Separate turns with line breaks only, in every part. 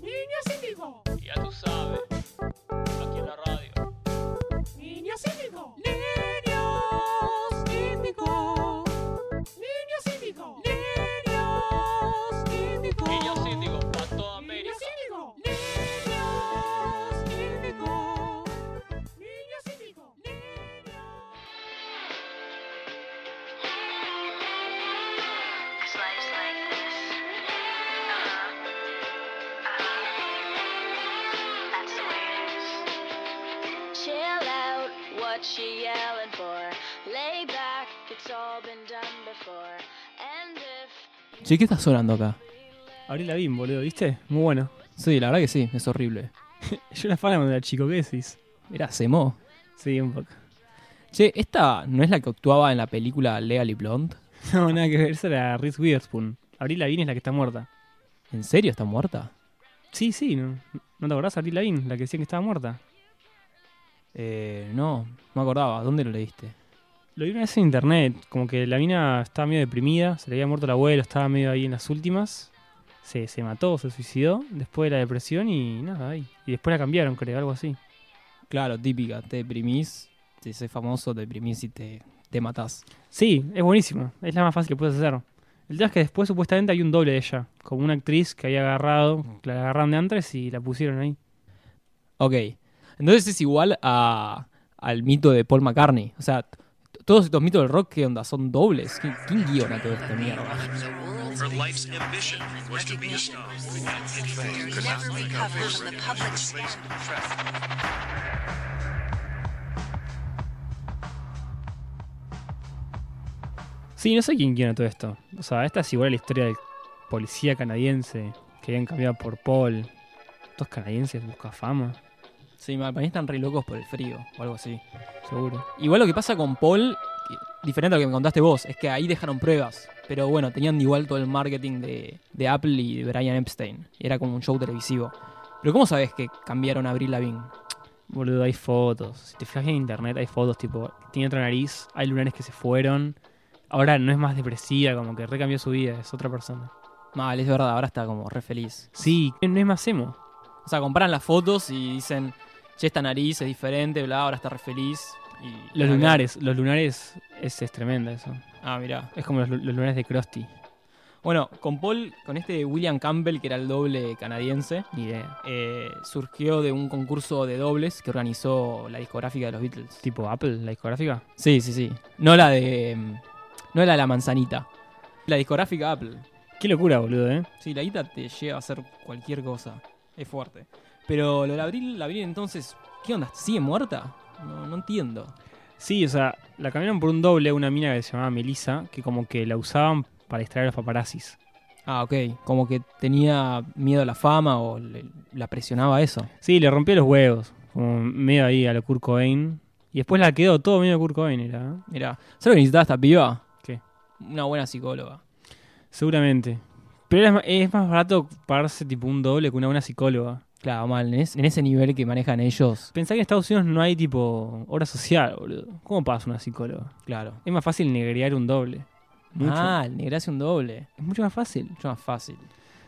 Niños índigo,
Ya tú sabes, aquí en la radio.
niños índigo,
Niños Índigo,
niños índigo,
Niños Índigo,
Niños síndigos para toda América.
niños índigo,
Niños Índigo.
niños índigo.
It's life's like this. Uh-huh. Uh-huh. That's the way it is. Chill out, what she yelling for? Lay back, it's all been done before. And if
Che, ¿qué está sonando acá?
Abril Lavín, boludo, ¿viste? Muy bueno.
Sí, la verdad que sí, es horrible.
Yo era fan cuando era chico, ¿qué decís?
Era Semo.
Sí, un poco.
Che, ¿esta no es la que actuaba en la película Legally Blonde?
No, nada que ver, esa era Reese Witherspoon. Abril Lavín es la que está muerta.
¿En serio está muerta?
Sí, sí, ¿no, ¿No te acordás de Abril Lavín? La que decían que estaba muerta.
Eh, no, no acordaba. ¿Dónde lo leíste?
Lo vi una vez en internet, como que la mina estaba medio deprimida, se le había muerto el abuelo, estaba medio ahí en las últimas. Se, se mató, se suicidó después de la depresión y nada, ahí. Y después la cambiaron, creo, algo así.
Claro, típica. Te deprimís, te haces famoso, te deprimís y te, te matás.
Sí, es buenísima. Es la más fácil que puedes hacer. El tema es que después supuestamente hay un doble de ella. Como una actriz que había agarrado, que la agarraron de antes y la pusieron ahí.
Ok. Entonces es igual a, al mito de Paul McCartney. O sea, t- todos estos mitos del rock, ¿qué onda? ¿Son dobles? ¿Qui- ¿Quién guiona todo esto mierda?
Her life's ambition was to be a star.
there's never recovered from the public spat.
Sí, no sé quién quiere todo esto. O sea, esta es igual a la historia del policía canadiense que habían cambiado por Paul. Estos canadienses busca fama,
Sí, para mí están re locos por el frío o algo así.
seguro.
Igual lo que pasa con Paul, que- diferente a lo que me contaste vos, es que ahí dejaron pruebas. Pero bueno, tenían igual todo el marketing de, de Apple y de Brian Epstein. Era como un show televisivo. Pero ¿cómo sabes que cambiaron a Avril Lavigne?
Boludo, hay fotos. Si te fijas en internet, hay fotos tipo, tiene otra nariz, hay lunares que se fueron. Ahora no es más depresiva, como que recambió su vida, es otra persona.
Mal, es verdad, ahora está como re feliz.
Sí, no es más emo.
O sea, comparan las fotos y dicen, che, esta nariz es diferente, bla, ahora está re feliz. Y
Los lunares, los lunares es, es tremenda eso.
Ah, mirá.
Es como los, lu- los lunares de Krusty.
Bueno, con Paul, con este William Campbell, que era el doble canadiense,
Ni idea.
eh, surgió de un concurso de dobles que organizó la discográfica de los Beatles.
Tipo Apple, la discográfica.
Sí, sí, sí. No la de. mm, No la de la manzanita. La discográfica Apple.
Qué locura, boludo, eh.
Sí, la guita te lleva a hacer cualquier cosa. Es fuerte. Pero lo de Abril, la Abril entonces. ¿Qué onda? ¿Sigue muerta? No, no entiendo.
Sí, o sea, la cambiaron por un doble a una mina que se llamaba Melissa, que como que la usaban para distraer a los paparazzis.
Ah, ok. Como que tenía miedo a la fama o le- la presionaba eso.
Sí, le rompió los huevos, como medio ahí a lo Kurt Cobain. Y después la quedó todo medio Kurt Cobain, era. ¿eh?
Mira, ¿sabes lo que necesitaba esta piba?
¿Qué?
Una buena psicóloga.
Seguramente. Pero era ma- es más barato pagarse tipo un doble que una buena psicóloga.
Claro, mal. En, es- en ese nivel que manejan ellos.
Pensá que en Estados Unidos no hay tipo obra social, boludo. ¿Cómo pagas una psicóloga?
Claro.
Es más fácil negrear un doble. Mucho.
Mal, negracia un doble.
Es mucho más fácil.
Mucho más fácil.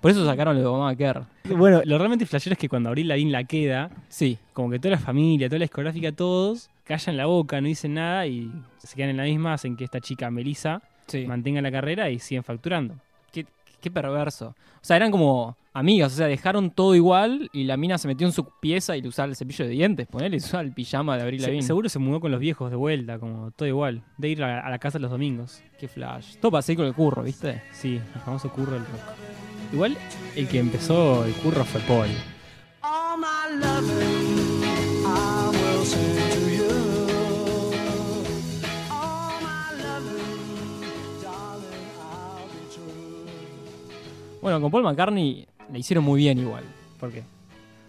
Por eso sacaron lo de Obamacare.
Bueno, lo realmente flashero es que cuando Abril Lavín la queda,
Sí,
como que toda la familia, toda la discográfica, todos callan la boca, no dicen nada y se quedan en la misma, hacen que esta chica Melissa
sí.
mantenga la carrera y siguen facturando.
Qué, qué perverso. O sea, eran como amigas, o sea, dejaron todo igual y la mina se metió en su pieza y le usaba el cepillo de dientes, ponele, y usaba el pijama de Abril
Se-
Lavigne.
seguro se mudó con los viejos de vuelta, como todo igual, de ir a, a la casa los domingos.
Qué flash. Todo para seguir con el curro, ¿viste?
Sí, el famoso curro del rock. Igual el que empezó el curro fue Paul.
All my loving, I will send to you. All my loving, darling, I'll be true.
Bueno, con Paul McCartney le hicieron muy bien igual.
¿Por qué?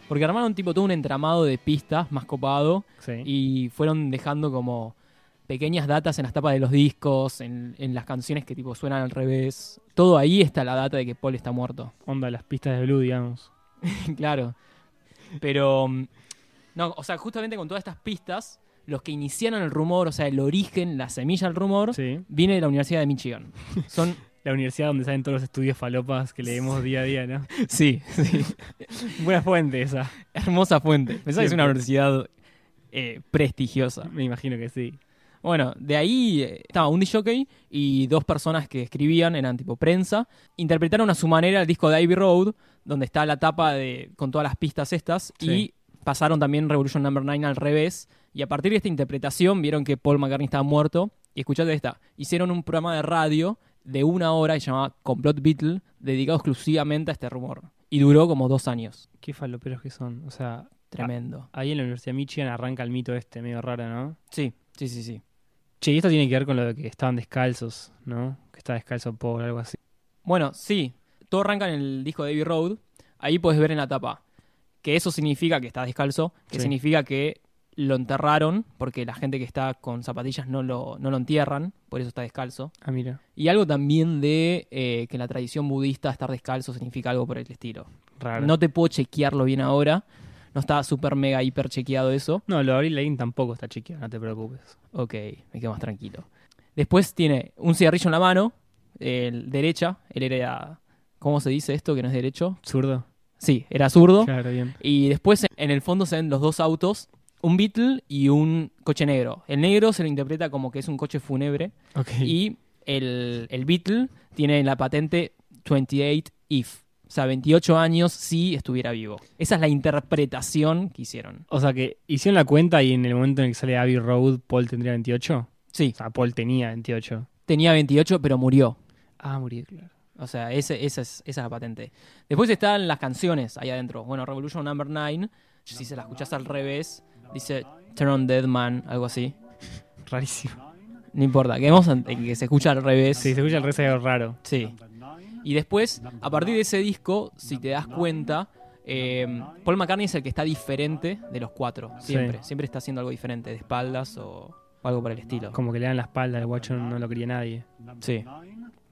Porque armaron tipo todo un entramado de pistas más copado
Sí.
y fueron dejando como pequeñas datas en las tapas de los discos, en, en las canciones que tipo suenan al revés. Todo ahí está la data de que Paul está muerto.
Onda, las pistas de Blue, digamos.
claro. Pero. mm, No, o sea, justamente con todas estas pistas los que iniciaron el rumor, o sea, el origen, la semilla del rumor,
Sí.
viene de la Universidad de Michigan. Son,
La universidad donde salen todos los estudios falopas que leemos día a día, ¿no?
sí, sí,
Buena fuente esa.
hermosa fuente. Pensaba que es una
Siempre.
universidad eh, prestigiosa.
Me imagino que sí.
Bueno, de ahí eh, estaba un jockey y dos personas que escribían, eran tipo prensa, interpretaron a su manera el disco de Ivy Road, donde está la tapa de, con todas las pistas estas,
Sí.
y pasaron también Revolution Number 9 al revés, y a partir de esta interpretación vieron que Paul McCartney estaba muerto, y escuchate esta, hicieron un programa de radio de una hora que se llamaba Complot Beatle, dedicado exclusivamente a este rumor, y duró como dos años.
Qué faloperos que son. O sea,
Tremendo.
ahí en la Universidad de Michigan arranca el mito este, medio raro, ¿no?
Sí, sí, sí, sí.
Che, y esto tiene que ver con lo de que estaban descalzos, ¿no? Que estaba descalzo Paul, algo así.
Bueno, sí. Todo arranca en el disco de Abbey Road. Ahí puedes ver en la tapa que eso significa que está descalzo, que
Sí.
significa que lo enterraron, porque la gente que está con zapatillas no lo, no lo entierran, por eso está descalzo.
Ah, mira.
Y algo también de eh, que en la tradición budista estar descalzo significa algo por el estilo.
Raro. No,
No te puedo chequearlo bien ahora. No está súper mega hiper chequeado eso.
lo de Abril Lavigne tampoco está chequeado, no te preocupes.
Ok, me quedo más tranquilo. Después tiene un cigarrillo en la mano, el derecha, él era... ¿Cómo se dice esto que no es derecho?
¿Zurdo?
Sí, era zurdo.
Claro, bien.
Y después en el fondo se ven los dos autos, un Beetle y un coche negro. El negro se lo interpreta como que es un coche fúnebre
Ok.
y el, el Beetle tiene la patente 28 if. O sea, 28 años si estuviera vivo. Esa es la interpretación que hicieron.
O sea que hicieron la cuenta y en el momento en el que sale Abbey Road, Paul tendría 28.
Sí,
O sea, Paul tenía 28.
tenía 28 pero murió.
Ah, murió, claro.
O sea, ese- esa, es, esa es la patente. Después están las canciones ahí adentro. Bueno, Revolution Number 9, si se la escuchás al revés, dice Turn on Dead Man, algo así.
Rarísimo.
No importa, quedemos en en que se escucha al revés.
Sí, se escucha el resto de algo raro.
Sí. Y después, a partir de ese disco, si te das cuenta, eh, Paul McCartney es el que está diferente de los cuatro. Siempre.
Sí.
Siempre está haciendo algo diferente, de espaldas o, o algo por el estilo.
Como que le dan la espalda, el guacho no lo quería nadie.
Sí.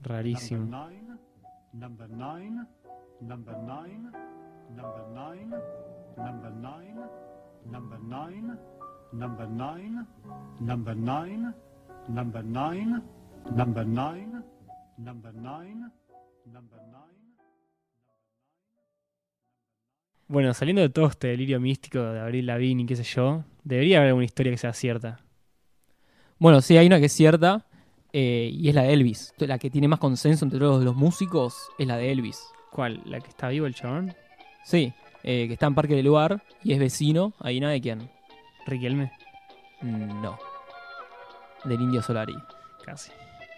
Rarísimo. Bueno, saliendo de todo este delirio místico de Abril Lavigne y qué sé yo, debería haber alguna historia que sea cierta.
Bueno, sí, hay una que es cierta. eh, y es la de Elvis. La que tiene más consenso entre todos los músicos es la de Elvis.
¿Cuál? ¿La que está vivo el chabón?
Sí, eh, que está en Parque del Lugar y es vecino. Ahí nada de quién.
Riquelme.
Mm, No. Del Indio Solari.
Casi.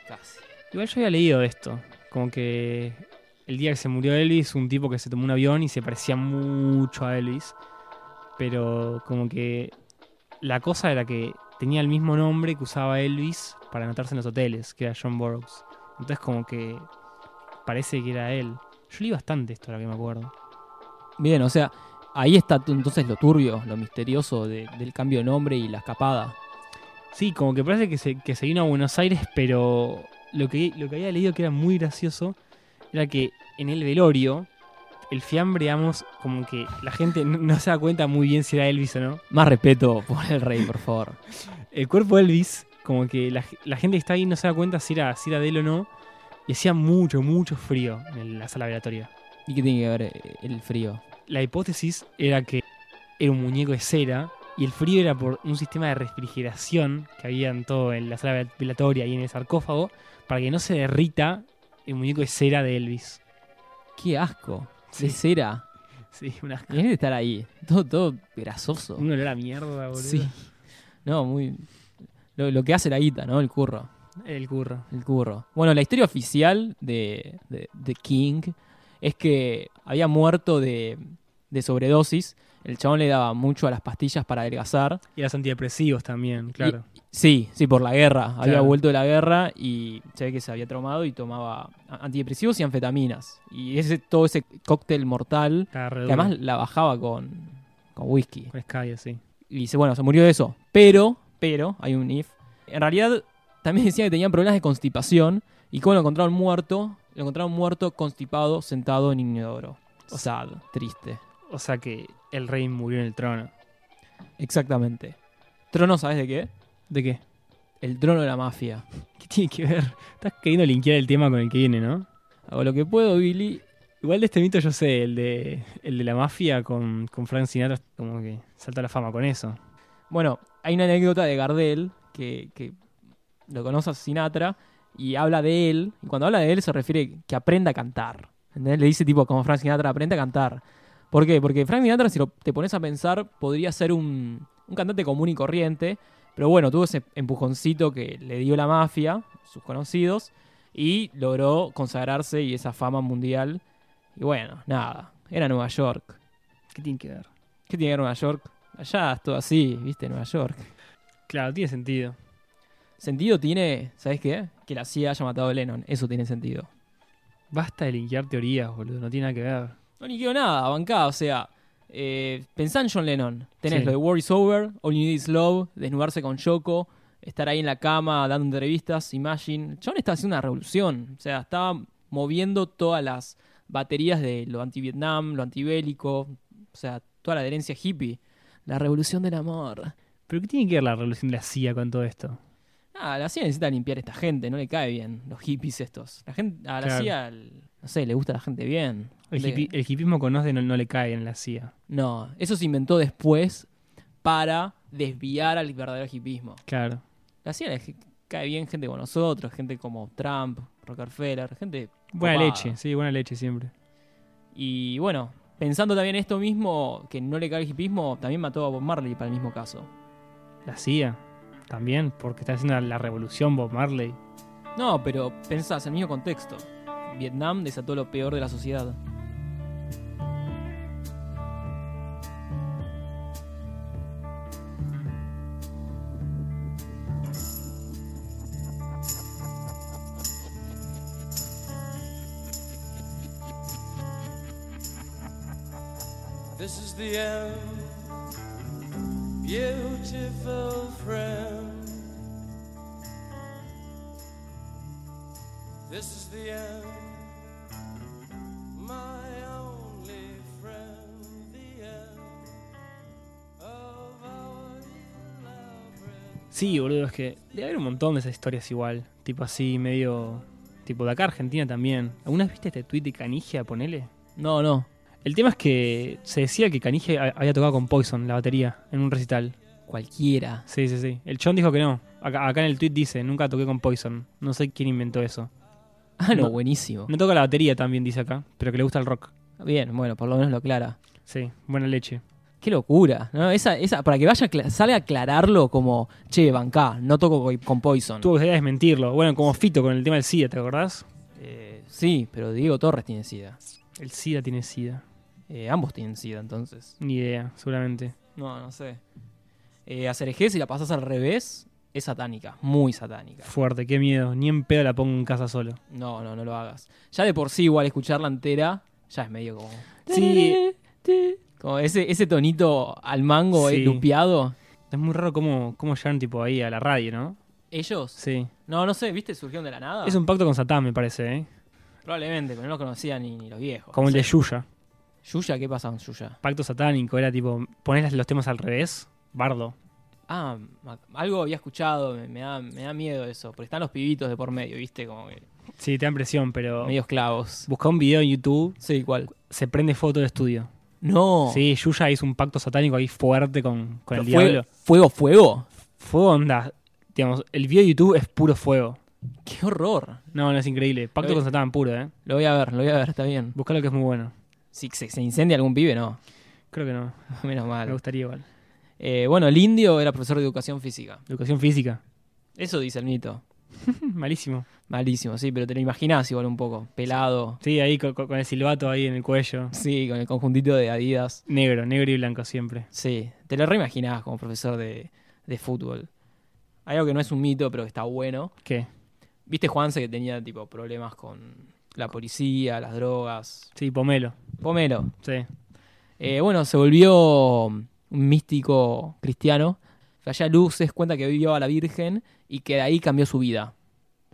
Casi.
Igual yo había leído de esto. Como que el día que se murió Elvis, un tipo que se tomó un avión y se parecía mucho a Elvis. Pero como que la cosa era que tenía el mismo nombre que usaba Elvis para anotarse en los hoteles, que era John Burroughs. Entonces como que parece que era él. Yo leí bastante esto, ahora que me acuerdo.
Bien, o sea, ahí está t- entonces lo turbio, lo misterioso de- del cambio de nombre y la escapada.
Sí, como que parece que se, que se vino a Buenos Aires, pero lo que, lo que había leído que era muy gracioso era que en el velorio, el fiambre, digamos, como que la gente no, no se da cuenta muy bien si era Elvis o no.
Más respeto por el rey, por favor.
El cuerpo de Elvis, como que la, la gente que está ahí no se da cuenta si era, si era de él o no. Y hacía mucho, mucho frío en la sala velatoria.
¿Y qué tiene que ver eh, el frío?
La hipótesis era que era un muñeco de cera y el frío era por un sistema de refrigeración que había en todo en la sala velatoria y en el sarcófago para que no se derrita el muñeco de cera de Elvis.
¡Qué asco!
Sí.
De cera.
Sí, una,
Imagínate estar ahí. Todo, todo grasoso.
un olor a mierda, boludo.
Sí. No, muy. Lo, lo que hace la guita, ¿no? El curro.
El curro.
El curro. Bueno, la historia oficial de, de, de King es que había muerto de, de sobredosis. El chabón le daba mucho a las pastillas para adelgazar.
Y los antidepresivos también, claro.
Sí, sí, por la guerra. Había
Claro.
vuelto de la guerra y se ve que se había traumado y tomaba a- antidepresivos y anfetaminas. Y ese, todo ese cóctel mortal,
Estaba re
que
duro.
además la bajaba con, con whisky.
con Sky, sí.
Y dice, bueno, se murió de eso. Pero, pero, hay un if. En realidad, también decía que tenían problemas de constipación. Y cómo lo encontraron muerto, lo encontraron muerto, constipado, sentado en inodoro. Sad, triste.
O sea que el rey murió en el trono.
Exactamente. ¿Trono sabes de qué?
¿De qué?
El trono de la mafia.
¿Qué tiene que ver? Estás queriendo linkear el tema con el que viene, ¿no?
Hago lo que puedo, Billy.
Igual de este mito yo sé, el de, el de la mafia con, con Frank Sinatra, como que salta a la fama con eso.
Bueno, hay una anécdota de Gardel que, que lo conoce a Sinatra y habla de él. Y cuando habla de él se refiere que aprenda a cantar. ¿entendés? Le dice tipo como Frank Sinatra, aprende a cantar. ¿Por qué? Porque Frank Sinatra, si lo- te pones a pensar, podría ser un, un cantante común y corriente. Pero bueno, tuvo ese empujoncito que le dio la mafia, sus conocidos, y logró consagrarse y esa fama mundial. Y bueno, nada, era Nueva York.
¿Qué tiene que ver?
¿Qué tiene que ver Nueva York? Allá es todo así, viste, Nueva York.
Claro, tiene sentido.
Sentido tiene, ¿sabes qué? Que la CIA haya matado a Lennon, eso tiene sentido.
Basta de linkear teorías, boludo, no tiene nada que ver.
No ni quiero nada, bancada, o sea, eh, pensá en John Lennon. Tenés
Sí.
lo de War is Over, All You Need Is Love, desnudarse con Yoko, estar ahí en la cama dando entrevistas, Imagine. John estaba haciendo una revolución, o sea, estaba moviendo todas las baterías de lo anti-Vietnam, lo antibélico, o sea, toda la adherencia hippie. La revolución del amor.
¿Pero qué tiene que ver la relación de la CIA con todo esto?
Ah, la CIA necesita limpiar a esta gente, no le cae bien los hippies estos. La gente, a la
Claro.
CIA, el- no sé, le gusta la gente bien.
El,
Le-
hipi- el hipismo con Osde no, no le cae en la CIA.
No, eso se inventó después para desviar al verdadero hippismo.
Claro.
La CIA le je- cae bien gente como nosotros, gente como Trump, Rockefeller, gente...
Buena
copada.
leche, sí, buena leche siempre.
Y bueno, pensando también esto mismo, que no le cae el hippismo, también mató a Bob Marley para el mismo caso.
La CIA también, porque está haciendo la revolución Bob Marley.
No, pero pensás, el mismo contexto. Vietnam desató lo peor de la sociedad.
This is the end, beautiful friend. This is the end, my only friend. The end of our elaborate.
Sí, boludo, es que debe haber un montón de esas historias igual. Tipo así, medio. Tipo de acá, Argentina también. ¿Alguna vez viste este tweet de Canigia, ponele?
No, no.
El tema es que se decía que Canigia ha- había tocado con Poison la batería en un recital.
Cualquiera.
Sí, sí, sí. El Chon dijo que no. Acá, acá en el tweet dice, nunca toqué con Poison. No sé quién inventó eso.
Ah, no,
No.
buenísimo.
No toca la batería también, dice acá, pero que le gusta el rock.
Bien, bueno, por lo menos lo aclara.
Sí, buena leche.
Qué locura, ¿no? Esa, esa, para que vaya, a acla- salga a aclararlo como, che, bancá, no toco coi- con Poison.
Tuvo que desmentirlo. Bueno, como Fito con el tema del SIDA, ¿te acordás?
Eh, sí, pero Diego Torres tiene SIDA.
El SIDA tiene SIDA.
Eh, ambos tienen SIDA, entonces.
Ni idea, seguramente.
No, no sé. Eh, hacer eje, si la pasas al revés, es satánica, muy satánica.
Fuerte, qué miedo. Ni en pedo la pongo en casa solo.
No, no, no lo hagas. Ya de por sí, igual escucharla entera, ya es medio como...
Sí.
Como ese, ese tonito al mango, eh,
Sí.
lupeado.
Es muy raro cómo, cómo llegaron tipo ahí a la radio, ¿no?
Ellos,
Sí.
no, no sé, ¿viste? Surgieron de la nada.
Es un pacto con Satán, me parece, ¿eh?
Probablemente, pero no los conocían ni, ni los viejos.
Como el
No
de
sé.
Yuya.
Yuya, ¿qué pasa con Yuya?
Pacto satánico, era tipo, pones los temas al revés, bardo.
Ah, ma- algo había escuchado, me, me da, me da miedo eso, porque están los pibitos de por medio, ¿viste? Como que
Sí, te da impresión, pero.
medio esclavos.
Busca un video en YouTube,
Sí, ¿cuál?
se prende foto de estudio.
No.
Sí, Yuya hizo un pacto satánico ahí fuerte con, con
Oh. Pero
el
fue-
diablo.
¿Fuego, fuego?
Fuego onda. Digamos, el video de YouTube es puro fuego.
¡Qué horror!
No, no es increíble. Pacto
Lo-
con Satán puro, ¿eh?
Lo voy a ver, lo voy a ver, está bien.
Busca lo que es muy bueno.
Si se, se incendia algún pibe, no.
Creo que no.
Menos
Me
mal.
gustaría igual.
Eh, bueno, el indio era profesor de educación física.
Educación física. Hmm,
Eso dice el mito.
Malísimo.
Malísimo, sí, pero te lo imaginás igual un poco. Pelado.
Sí, ahí co- co- con, el silbato ahí en el cuello.
Sí, con el conjuntito de Adidas.
Negro, negro y blanco siempre.
Sí, te lo reimaginás como profesor de, de fútbol. Hay algo que no es un mito, pero que está bueno.
¿Qué?
¿Viste Juanse que tenía tipo problemas con la policía, las drogas?
Sí, pomelo.
Pomelo.
Sí.
Eh, bueno, se volvió un místico cristiano. Allá luces, cuenta que vivió a la Virgen y que de ahí cambió su vida.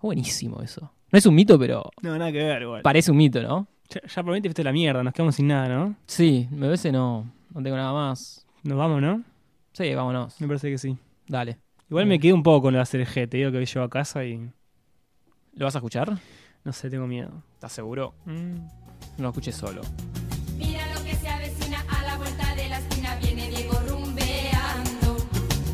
Buenísimo eso. No es un mito, pero
No, nada que ver, igual.
parece un mito, ¿no?
ya, ya probablemente fuiste la mierda, nos quedamos sin nada, ¿no?
Sí, me parece no. No tengo nada más.
Nos vamos, ¿no?
Sí, vámonos.
Me parece que sí.
Dale.
Igual me quedé un poco con la CRG, te digo que llevo a casa y
¿Lo vas a escuchar?
no sé, tengo miedo.
¿Estás seguro?
Mm.
No lo escuches solo.
Mira lo que se avecina a la vuelta de la esquina, viene Diego rumbeando.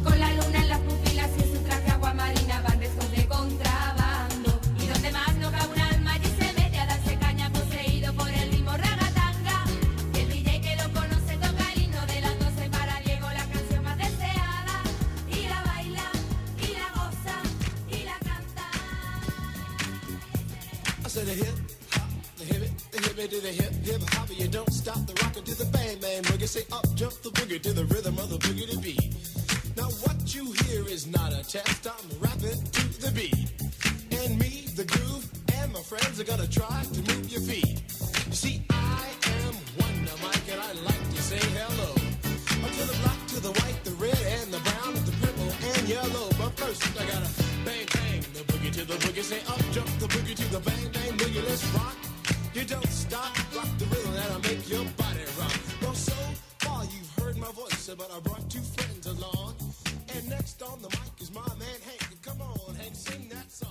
Con la luna en las pupilas y en su traje aguamarina van restos de contrabando. Y donde más no cae un alma y se mete a darse caña poseído por el ritmo ragatanga. Y el DJ que lo conoce toca el himno de las 12 para Diego, la canción más deseada. Y la baila, y la goza, y la canta.
I said a hip hop, the hip it, the hip it to the hip hip hop, you don't stop the rocker to the bang bang boogie. Say up jump the boogie to the rhythm of the boogie to beat. Now what you hear is not a test. I'm rapping to the beat, and me, the groove, and my friends are gonna try to move your feet. You see, I am Wonder Mike, and I like to say hello. Up to the black, to the white, the red, and the brown, and the purple and yellow. But first, I gotta bang bang the boogie to the boogie. Say up jump the boogie to the bang bang boogie. Let's rock. You don't stop, rock the rhythm that'll make your body rock. Well, so far you've heard my voice, but I brought two friends along. And next on the mic is my man Hank. Come on, Hank, sing that song.